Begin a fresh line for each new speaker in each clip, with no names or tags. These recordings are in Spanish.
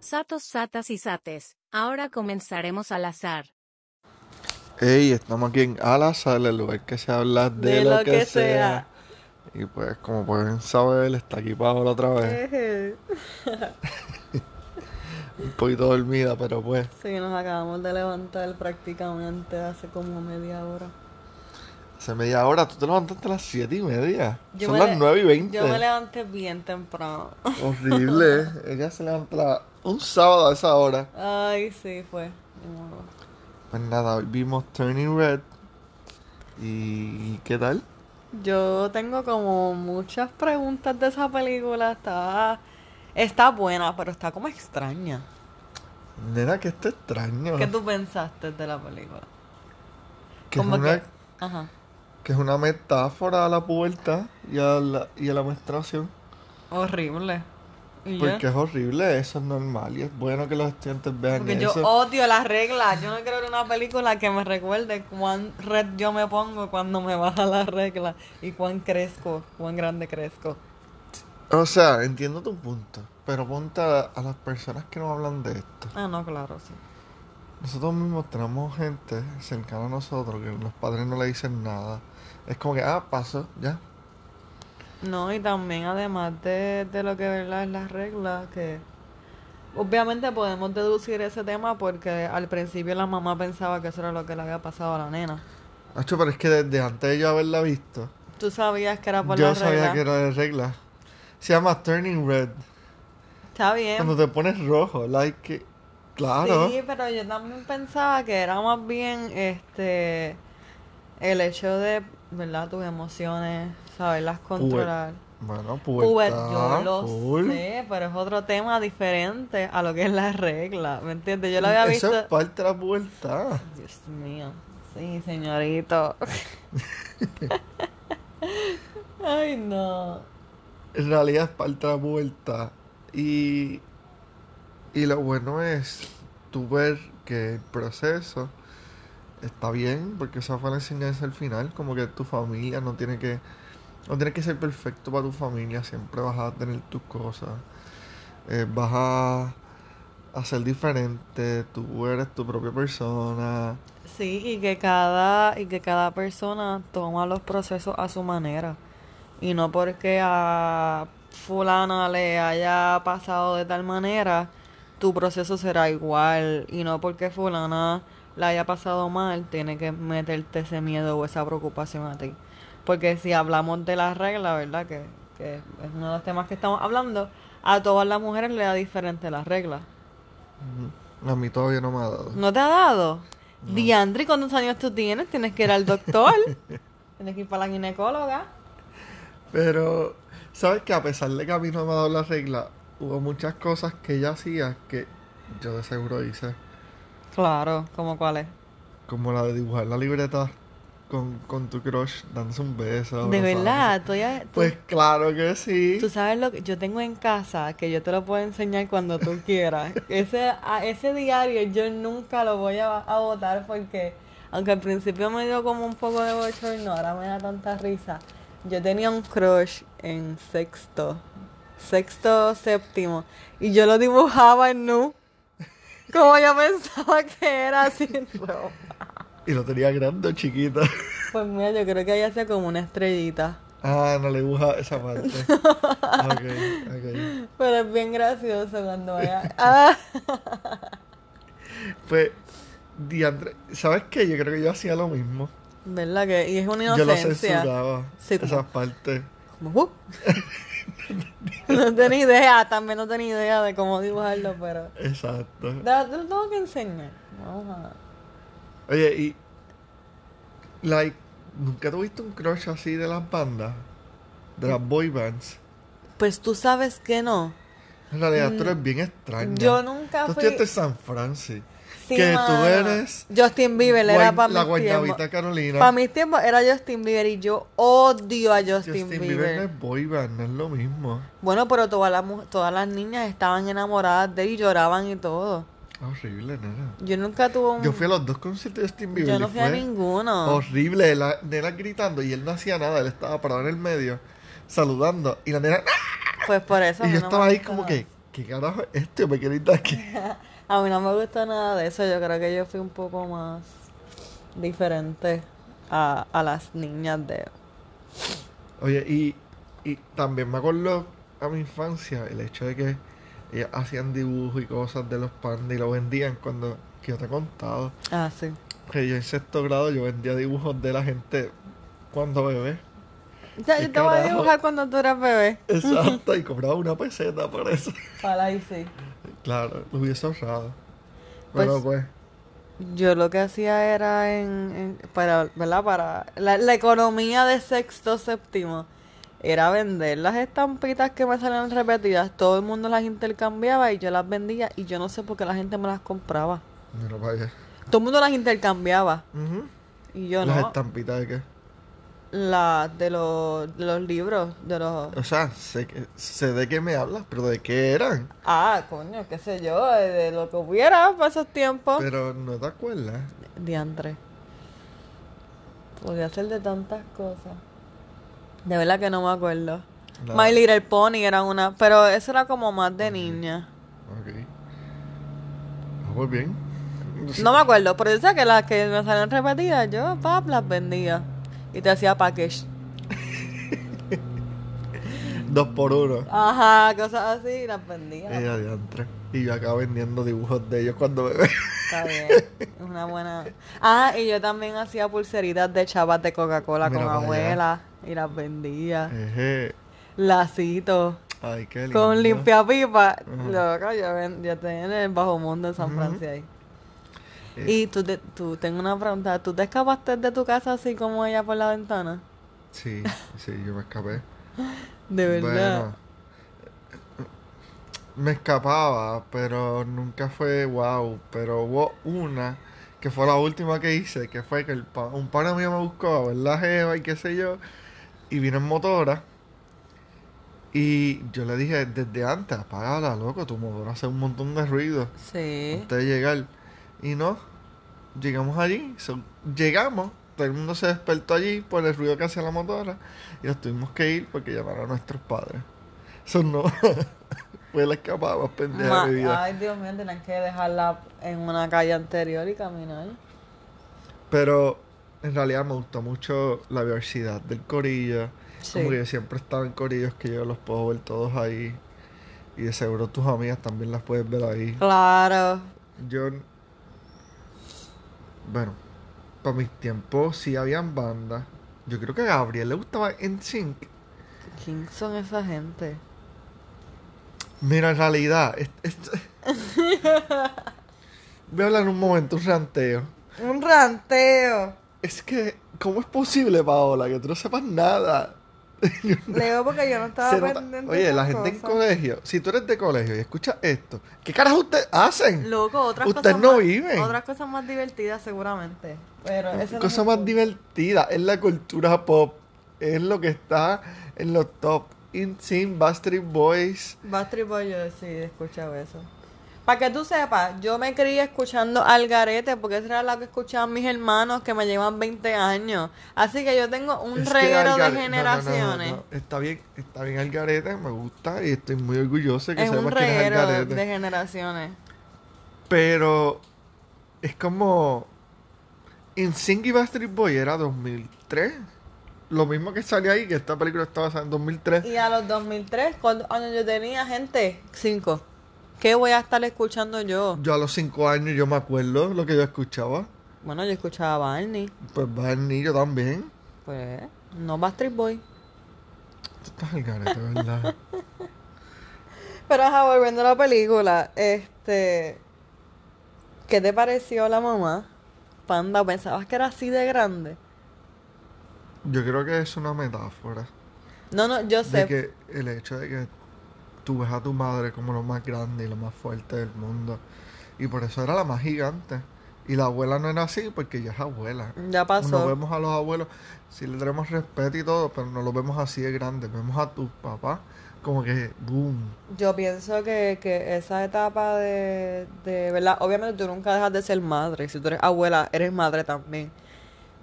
Satos, satas y sates, ahora comenzaremos al azar.
Hey, estamos aquí en Alazar, el lugar que se habla de,
De
lo,
lo
que,
que
sea. Y pues, como pueden saber, está aquí Paola otra vez.
Sí,
Un poquito dormida, pero pues,
nos acabamos de levantar prácticamente hace como media hora.
hace media hora. Tú te levantaste a las 7 y media.
Yo
Son
me
las
le-
9 y 20.
Yo me levanté bien temprano.
Horrible. Ella se levanta un sábado a esa hora.
Ay, sí, fue. Ni modo.
Pues nada, hoy vimos Turning Red. ¿Y qué tal?
Yo tengo como muchas preguntas de esa película. Está, está buena, pero está como extraña.
Nena, que esto extraño.
¿Qué tú pensaste de la película?
Ah. Que es
Como
una,
que- Ajá.
que es una metáfora a la pubertad y a la, y a la menstruación.
Horrible. ¿Y yo?
Porque es horrible, eso es normal y es bueno que los estudiantes vean
Porque yo
eso.
odio las reglas. Yo no quiero ver una película que me recuerde cuán red yo me pongo cuando me baja la regla y cuán crezco, cuán grande crezco.
O sea, entiendo tu punto, pero ponte a, a las personas que no hablan de esto.
Ah, no, claro, sí.
Nosotros mismos tenemos gente cercana a nosotros que los padres no le dicen nada. Es como que, ah, pasó, ya.
No, y también además de, de lo que ver las, las reglas, que obviamente podemos deducir ese tema porque al principio la mamá pensaba que eso era lo que le había pasado a la nena.
Hacho, pero es que desde antes de yo haberla visto,
Tú sabías que era Ah, por
yo
las
sabía
reglas.
que era de regla. Se llama Turning Red.
Está bien.
Cuando te pones rojo, like, que- claro.
Eh. Sí, pero yo también pensaba que era más bien este el hecho de, ¿verdad? Tus emociones, saberlas controlar.
Bueno,
Puber,
pubertad,
yo lo
full.
sé, pero es otro tema diferente a lo que es la regla, ¿me entiendes? Yo lo había
Mm, Eso es
visto.
parte de la pubertad.
Dios mío. Sí, señorito. Ay, no.
En realidad es parte de la pubertad. Y, y lo bueno es tú ver que el proceso está bien, porque esa fue la enseñanza al final, como que tu familia no tiene que, no tiene que ser perfecto para tu familia, siempre vas a tener tus cosas, eh, vas a, a ser diferente, tú eres tu propia persona.
Sí, y que cada, y que cada persona toma los procesos a su manera. Y no porque a fulana le haya pasado de tal manera, tu proceso será igual. Y no porque fulana la haya pasado mal, tiene que meterte ese miedo o esa preocupación a ti. Porque si hablamos de las reglas, ¿verdad? Que, que es uno de los temas que estamos hablando, a todas las mujeres le da diferente las reglas.
A mí todavía no me ha dado.
¿No te ha dado? Diandri, ¿cuántos años tú tienes? Tienes que ir al doctor. tienes que ir para la ginecóloga.
Pero, ¿sabes que A pesar de que a mí no me ha dado la regla, hubo muchas cosas que ella hacía que yo de seguro hice.
Claro, ¿cómo cuál es?
Como la de dibujar la libreta con, con tu crush, dándose un beso.
De
abrazándose.
verdad, tú ya- tú-
Pues claro que sí.
tú sabes lo que yo tengo en casa, que yo te lo puedo enseñar cuando tú quieras. Ese, a- ese diario yo nunca lo voy a, a votar porque, aunque al principio me dio como un poco de bochorno, ahora me da tanta risa. Yo tenía un crush en sexto, sexto, séptimo, y yo lo dibujaba en nu. Como yo pensaba que era así, no.
Y lo tenía grande o chiquita.
Pues mira, yo creo que ella hacía como una estrellita.
ah, no le dibuja esa parte. ok,
Pero es bien gracioso cuando vaya. Ah.
ok. Pues, diantre, ¿sabes qué? Yo creo que yo hacía lo mismo.
¿Verdad que? Y es una
Yo lo
inocencia.
censuraba.
Sí, como-
esas partes.
Como, ¡uh! no tenía idea, también no tenía idea de cómo dibujarlo, pero.
Exacto.
Te lo te lo tengo que enseñar. Vamos a.
Oye, y. Like, ¿nunca tuviste un crush así de las bandas? De las boy bands.
Pues tú sabes que no.
En realidad, tú eres bien extraña.
Mm, Yo nunca
Tú
fui-
estudiaste en San Francisco.
Sí,
que tú
mano.
eres.
Justin Bieber era
guay-
para
la
mis
guaynabita
tiempos.
Carolina.
Para mis tiempos era Justin Bieber y yo odio a Justin,
Justin Bieber.
Bieber.
no es boy band, no es lo mismo.
Bueno, pero todas las, mu- todas las niñas estaban enamoradas de él y lloraban y todo.
Horrible, nena.
Yo nunca tuve un.
Yo fui a los dos conciertos de Justin Bieber.
Mm. Yo
y
no fui a
fue
ninguno.
Horrible, la nena gritando y él no hacía nada, él estaba parado en el medio saludando y la nena. ¡ah!
Pues por eso. a
Y
mí
yo
no me
estaba ahí
gustaba.
como que, ¿Qué carajo es esto? Me quiero ir de aquí.
A mí no me gusta nada de eso. Yo creo que yo fui un poco más diferente a, a las niñas de...
Oye, y, y también me acuerdo a mi infancia el hecho de que ellas hacían dibujos y cosas de los pandas y lo vendían cuando, que yo te he contado,
Ah, sí.
que yo en sexto grado yo vendía dibujos de la gente cuando bebé.
Ya,
¿Qué
yo te voy a
carajo?
dibujar cuando tú eras bebé.
Exacto, y cobraba una peseta por eso.
Para ahí sí.
Claro, lo hubiese ahorrado.
Pues-
Pero pues,
Yo lo que hacía era en, en- para, ¿verdad? Para la, la economía de sexto, séptimo, era vender las estampitas que me salían repetidas. Todo el mundo las intercambiaba y yo las vendía y yo no sé por qué la gente me las compraba.
mira para allá.
Todo el mundo las intercambiaba
Ujú.
y yo
Las
no.
estampitas de qué.
Las de los, de los libros, de los...
O sea, sé, que- sé de qué me hablas, pero de qué eran.
Ah, coño, qué sé yo, de de lo que hubiera para esos tiempos.
Pero no te acuerdas.
Diantre. Podía hacer de tantas cosas. De verdad que no me acuerdo.
La-
My Little Pony era una, pero eso era como más de niña.
Ok. Ah, pues bien.
No me acuerdo, pero yo sé que las que me salían repetidas, yo pap, las vendía. Y te hacía package.
Dos por uno.
Ajá, cosas así, y las vendía.
Ella adiantre. Y yo acá vendiendo dibujos de ellos cuando bebé.
Está bien, es una buena. Ah, y yo también hacía puritas de chavas de Coca-Cola
Mira
con
para allá.
abuela y las vendía.
Eje.
Lacitos.
Ay, qué lindo.
Con limpiapipa, loco, yo, ven, yo tenía en el bajo mundo en San Francisco ahí.
Eh.
Y tú, te- tú, tengo una pregunta, ¿tú te escapaste de tu casa así como ella por la ventana?
Sí, sí, yo me escapé.
De verdad.
me escapaba, pero nunca fue wow. Pero hubo una que fue la última que hice, que fue que el pa- un pana mío me buscó a ver la jeva y qué sé yo, y vino en motora. Y yo le dije desde antes, apágala, loco, tu motor hace un montón de ruido
Sí.
antes de llegar. Y no, llegamos allí, so- llegamos, todo el mundo se despertó allí por el ruido que hacía la motora y nos tuvimos que ir porque llamaron a nuestros padres. Eso no, fue la escapada más pendeja
Ma-
de mi vida.
Ay, Dios mío, tenían que dejarla en una calle anterior y caminar.
Pero en realidad me gustó mucho la diversidad del corillo.
Sí.
Como que yo siempre estaba en corillos que yo los puedo ver todos ahí. Y de seguro tus amigas también las puedes ver ahí.
Claro.
Yo. n- Bueno, para mis tiempos sí habían bandas. Yo creo que a Gabriel le gustaba NSYNC.
¿Quién son esa gente?
Mira, en realidad. es- es- Voy a hablar un momento, un ranteo.
Un ranteo.
Es que, ¿cómo es posible, Paola, que tú no sepas nada?
Leo porque yo no estaba
Se nota-
pendiente de
Oye, la
esas
gente en
cosas.
colegio, si tú eres de colegio y escuchas esto, ¿qué carajo ustedes hacen?
Loco, otras
Ustedes
cosas
no
más,
viven.
otras cosas más divertidas seguramente. Pero ese no
cosa
es el
más
punto.
divertida es la cultura pop es lo que está en los top Insane Backstreet Boys
Backstreet Boys, yo sí he escuchado eso. Para que tú sepas, yo me crié escuchando al garete porque esa era la que escuchaban mis hermanos que me llevan 20 años. Así que yo tengo un
Es que
reguero
al gare- no,
de
no, no, no,
generaciones.
no. está bien está bien al garete me gusta y estoy muy orgulloso de que
Es un
sepas quién es al
reguero
garete
de generaciones.
pero es como Insane y Backstreet Boys era 2003 lo mismo que salió ahí que esta película estaba basada en 2003
Y a los 2003, ¿cuántos años yo tenía, gente? Cinco. ¿Qué voy a estar escuchando yo?
yo a los 5 años yo me acuerdo lo que yo escuchaba
Bueno, yo escuchaba Barney.
pues va el niño también
Pues, no Backstreet Boys.
Tú estás al garete verdad
Pero ajá, volviendo a la película, este, ¿qué te pareció la mamá? Panda, ¿pensabas que era así de grande?
Yo creo que es una metáfora
No, no, yo
de
sé.
que el hecho de que tú ves a tu madre como lo más grande y lo más fuerte del mundo y por eso era la más gigante y la abuela no era así porque ya es abuela.
Ya
No
Mm, pasó.
vemos a los abuelos, sí le tenemos respeto y todo, pero no los vemos así de grande. Vemos a tus papás como que boom.
Yo pienso que, que esa etapa de, de, ¿verdad? Obviamente tú nunca dejas de ser madre. Si tú eres abuela, eres madre también.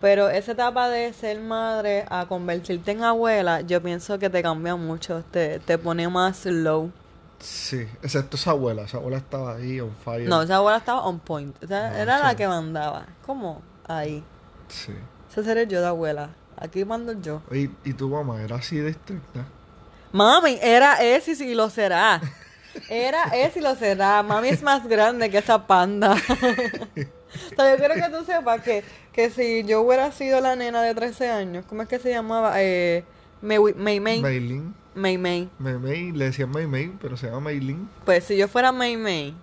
Pero esa etapa de ser madre a convertirte en abuela, yo pienso que te cambia mucho, te, te pone más low.
Sí, excepto esa abuela. Esa abuela estaba ahí on fire.
No, esa abuela estaba on point. O sea,
No,
era
sí.
la que mandaba. ¿Cómo? Ahí.
Sí.
Ese seré yo de abuela. Aquí mando yo.
Y, y tu mamá era así de estricta.
Mami, era ese y lo será. Era ese y lo será. Mami es más grande que esa panda. o sea, yo quiero que tú sepas que, que si yo hubiera sido la nena de 13 años, ¿cómo es que se llamaba? Eh, May, May, May,
Maylin.
May, May.
Maymay, le decían Maymay, pero se llama Maylin.
Pues si yo fuera May May,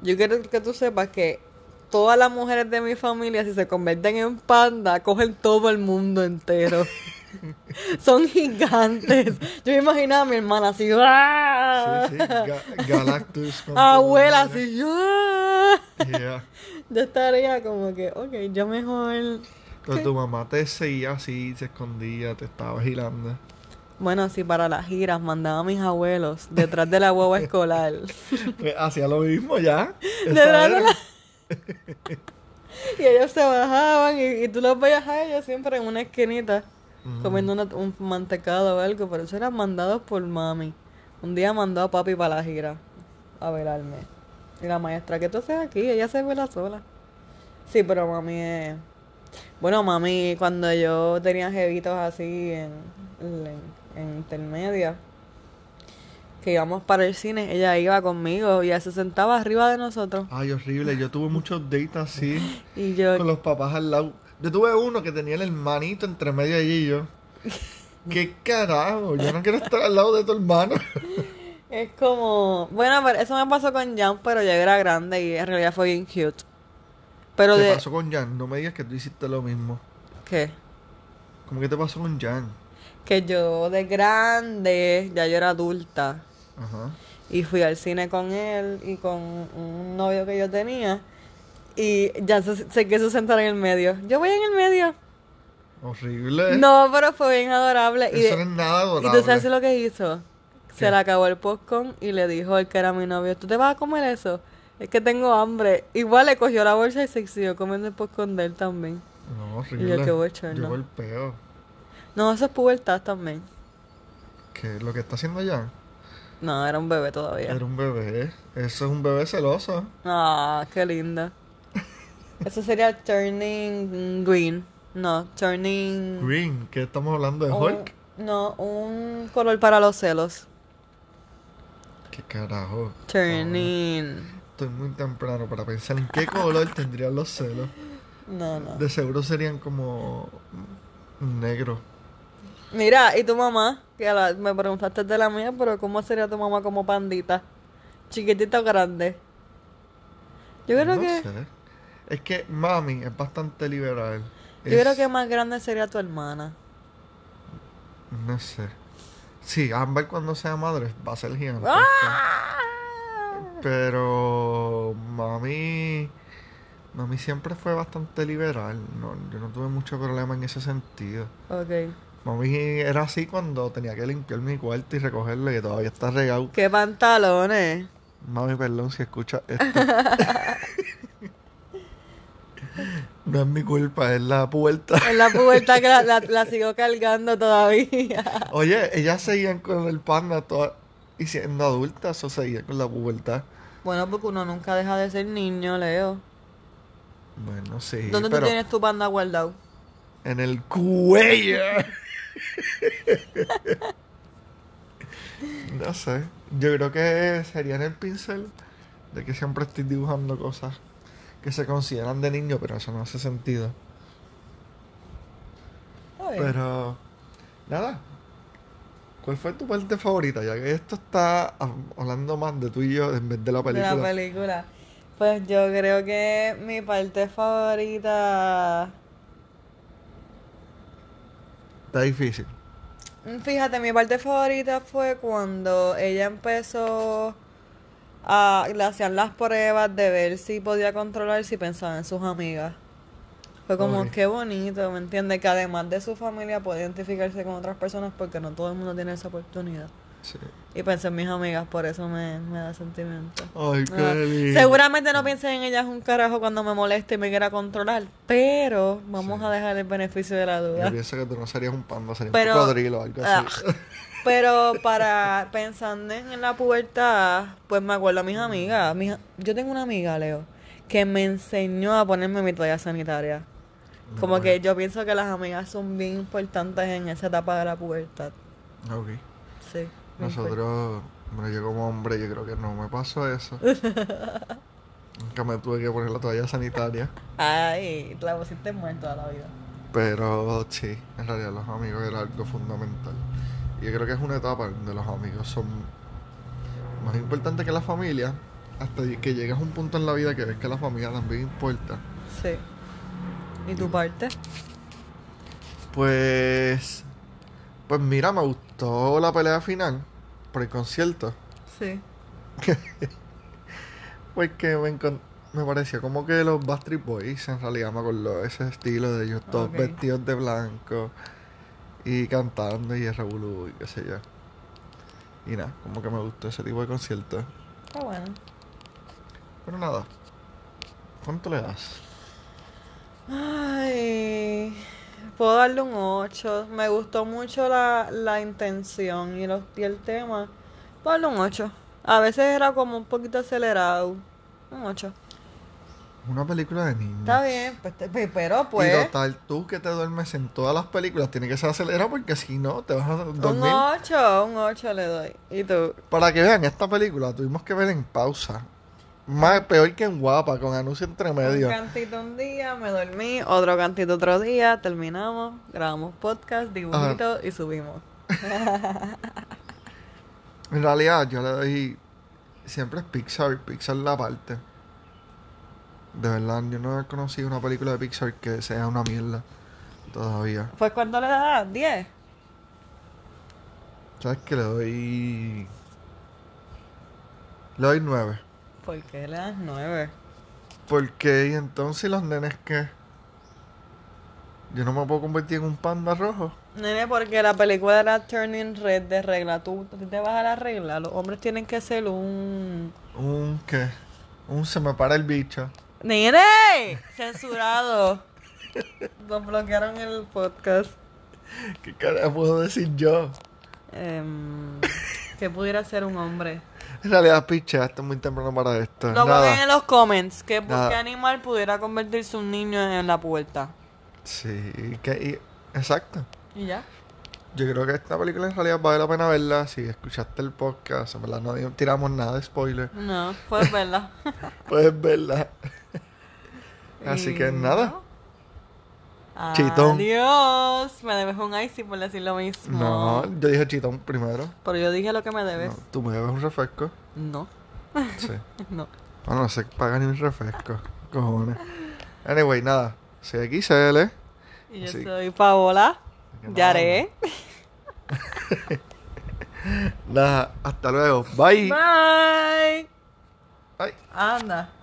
yo quiero que tú sepas que todas las mujeres de mi familia, si se convierten en panda, cogen todo el mundo entero. Son gigantes. Yo me imaginaba a mi hermana así. ¡ah!
Sí, sí. Ga- Galactus. con
Abuela
todo el
así. ¡ah!
mundo. Yeah.
Yo estaría como que, ok, yo mejor.
Pero tu mamá te seguía así, se escondía, te estaba vigilando.
Bueno, sí, para las giras mandaba a mis abuelos detrás de la guagua escolar.
Pues, Hacía lo mismo ya. Esa
Detrás de
era.
la- Y ellos se bajaban y, y tú los veías a ellos siempre en una esquinita comiendo una- un mantecado o algo, pero eso eran mandados por mami. Un día mandó a papi para la gira a velarme. Y la maestra, ¿qué tú haces aquí? Ella se vela sola. Sí, pero mami es... Bueno, mami, cuando yo tenía jevitos así en, en, en intermedia, que íbamos para el cine, ella iba conmigo y ella se sentaba arriba de nosotros.
Ay, horrible. Yo tuve muchos dates así.
Y yo,
con los papás al lado. Yo tuve uno que tenía el hermanito entre medio allí y yo. ¿Qué carajo? Yo no quiero estar al lado de tu hermano.
Es como, bueno, pero eso me pasó con Jan, pero ya era grande y en realidad fue bien cute. Pero
¿Qué
de
pasó con Jan? No me digas que tú hiciste lo mismo.
¿qué?
¿Cómo que te pasó con Jan?
Que yo de grande, ya yo era adulta
Ajá.
y fui al cine con él y con un novio que yo tenía y Jan se, se quiso sentar en el medio. Yo voy en el medio.
Horrible.
No, pero fue bien adorable y
Eh. Eso
de-
no es nada
¿Y
adorable.
tú sabes lo que hizo? Se
¿Qué?
le acabó el popcorn y le dijo el que era mi novio, ¿tú te vas a comer eso? Es que tengo hambre. Igual le cogió la bolsa y se siguió comiendo el popcorn de él también.
No, horrible.
Y yo, qué bochorno.
Yo golpeo.
No, eso es pubertad también.
¿Qué? ¿Lo que está haciendo Jan?
No, era un bebé todavía.
Era un bebé. Eso es un bebé celoso.
Ah, qué linda. Eso sería turning green. No, turning...
Green, ¿qué estamos hablando de
un-
Hulk?
no, un color para los celos.
¿Qué carajo?
Turning...
Estoy muy temprano para pensar en qué color tendrían los celos.
No, no.
De seguro serían como negro.
Mira, ¿y tu mamá? Que a la- me preguntaste de la mía, pero ¿cómo sería tu mamá como pandita? ¿Chiquitita o grande? Yo creo
no
que
sé. Es que mami es bastante liberal.
yo
Es-
creo que más grande sería tu hermana.
No sé. Sí, Amber cuando sea madre va a ser gigante. Pero mami... Mami siempre fue bastante liberal. No, yo no tuve mucho problema en ese sentido.
Ok.
Mami era así cuando tenía que limpiar mi cuarto y recogerlo, que todavía está regado.
¡Qué pantalones!
Mami, perdón si escucha esto. no es mi culpa, es la puerta.
En la puerta que la, la- la sigo cargando todavía.
Oye, ellas seguían con el panda toda- y siendo adultas o seguían con la pubertad.
Bueno, porque uno nunca deja de ser niño, Leo.
Bueno, sí,
¿Dónde tú
pero
tienes tu panda guardado?
en el cuello. no sé, yo creo que sería en el pincel, de que siempre estoy dibujando cosas que se consideran de niño, pero eso no hace sentido.
Está bien.
Pero, nada. ¿Cuál fue tu parte favorita? Ya que esto está ah, hablando más de tú y yo en vez de la
de
película.
la película. Pues yo creo que mi parte favorita...
Está difícil.
Fíjate, mi parte favorita fue cuando ella empezó a le hacían las pruebas de ver si podía controlar si pensaba en sus amigas. Fue como,
Ok.
qué bonito, ¿me entiendes? Que además de su familia puede identificarse con otras personas porque no todo el mundo tiene esa oportunidad.
Sí.
Y pensé en mis amigas, por eso me, me da sentimiento.
Ay, qué
Ah,
lindo.
Seguramente no piensen en ellas un carajo cuando me moleste y me quiera controlar, pero vamos
Sí.
a dejar el beneficio de la
Yo
duda.
pienso que tú no serías un panda, serías
Pero-
un cocodrilo o algo así.
Pero para pensando en la pubertad, pues me acuerdo a mis amigas. Mis- yo tengo una amiga, Leo, que me enseñó a ponerme mi toalla sanitaria. Como que yo pienso que las amigas son bien importantes en esa etapa de la pubertad. ah.
Ok.
Sí. bien
Nosotros, bueno, yo como hombre, yo creo que no me pasó eso. Nunca me tuve que poner la toalla sanitaria.
fuerte. Ay, te la pusiste mal toda la vida.
Pero sí, en realidad los amigos era algo fundamental. Y Yo creo que es una etapa donde los amigos son más importantes que la familia, hasta que llegas a un punto en la vida que ves que la familia también importa.
Sí. ¿Y tu parte?
Pues, pues mira, me gustó la pelea final por el concierto,
Sí.
porque me, encon- me pareció como que los Backstreet Boys en realidad me acordó ese estilo de ellos todos
Ok.
vestidos de blanco y cantando y el revolú y qué sé yo. Y nada, como que me gustó ese tipo de concierto.
Está bueno.
Pero nada, ¿cuánto le das?
Ay, puedo darle un 8. Me gustó mucho la, la intención y, los, y el tema. Puedo darle un 8. A veces era como un poquito acelerado. Un 8.
Una película de niños.
Está bien, pues, te- pe- pero
Y
pues.
total, tú que te duermes en todas las películas, tiene que ser acelerado porque si no te vas a
Un
dormir.
8, un 8 le doy. ¿Y tú?
Para que vean, esta película tuvimos que ver en pausa. Más peor que en guapa, con anuncio entre medio.
Un cantito un día, me dormí. Otro cantito otro día. Terminamos, grabamos podcast, dibujito y subimos.
En realidad, yo le doy. Siempre es Pixar, Pixar la parte. De verdad, yo no he conocido una película de Pixar que sea una mierda. Todavía.
Pues, ¿cuánto le das? 10.
¿Sabes qué? Le doy. Le doy nueve.
¿Por qué le das 9?
Porque, y entonces los nenes que. Yo no me puedo convertir en un panda rojo.
Nene, porque la película era Turning Red de regla. Tú tú te vas a la regla. Los hombres tienen que ser un.
Un que. Un se me para el bicho.
¡Nene! Censurado. Nos bloquearon el podcast.
¿Qué cara puedo decir yo?
Em, que pudiera ser un hombre.
En realidad, picha, está muy temprano para esto.
Lo
Pues Nada.
pongan en los comments. Que,
Nada.
¿Qué animal pudiera convertirse un niño en la puerta?
Sí, que, y- exacto.
Y ya.
Yo creo que esta película en realidad vale la pena verla. Si escuchaste el podcast, en verdad no di- tiramos nada de spoiler,
No, puedes verla.
puedes verla. Así que
Y-
nada. Chitón.
Adiós. Me debes un icy por decir lo mismo.
No, yo dije chitón primero.
Pero yo dije lo que me
No,
debes.
tú me debes un refresco.
No,
Sí.
no.
Bueno, no se paga ni un refresco. Cojones. Anyway, nada. Soy aquí, CL.
Y yo
Así-
soy Paola.
que nada.
Yaré.
Nada, hasta luego. Bye.
Bye.
Ay.
Anda.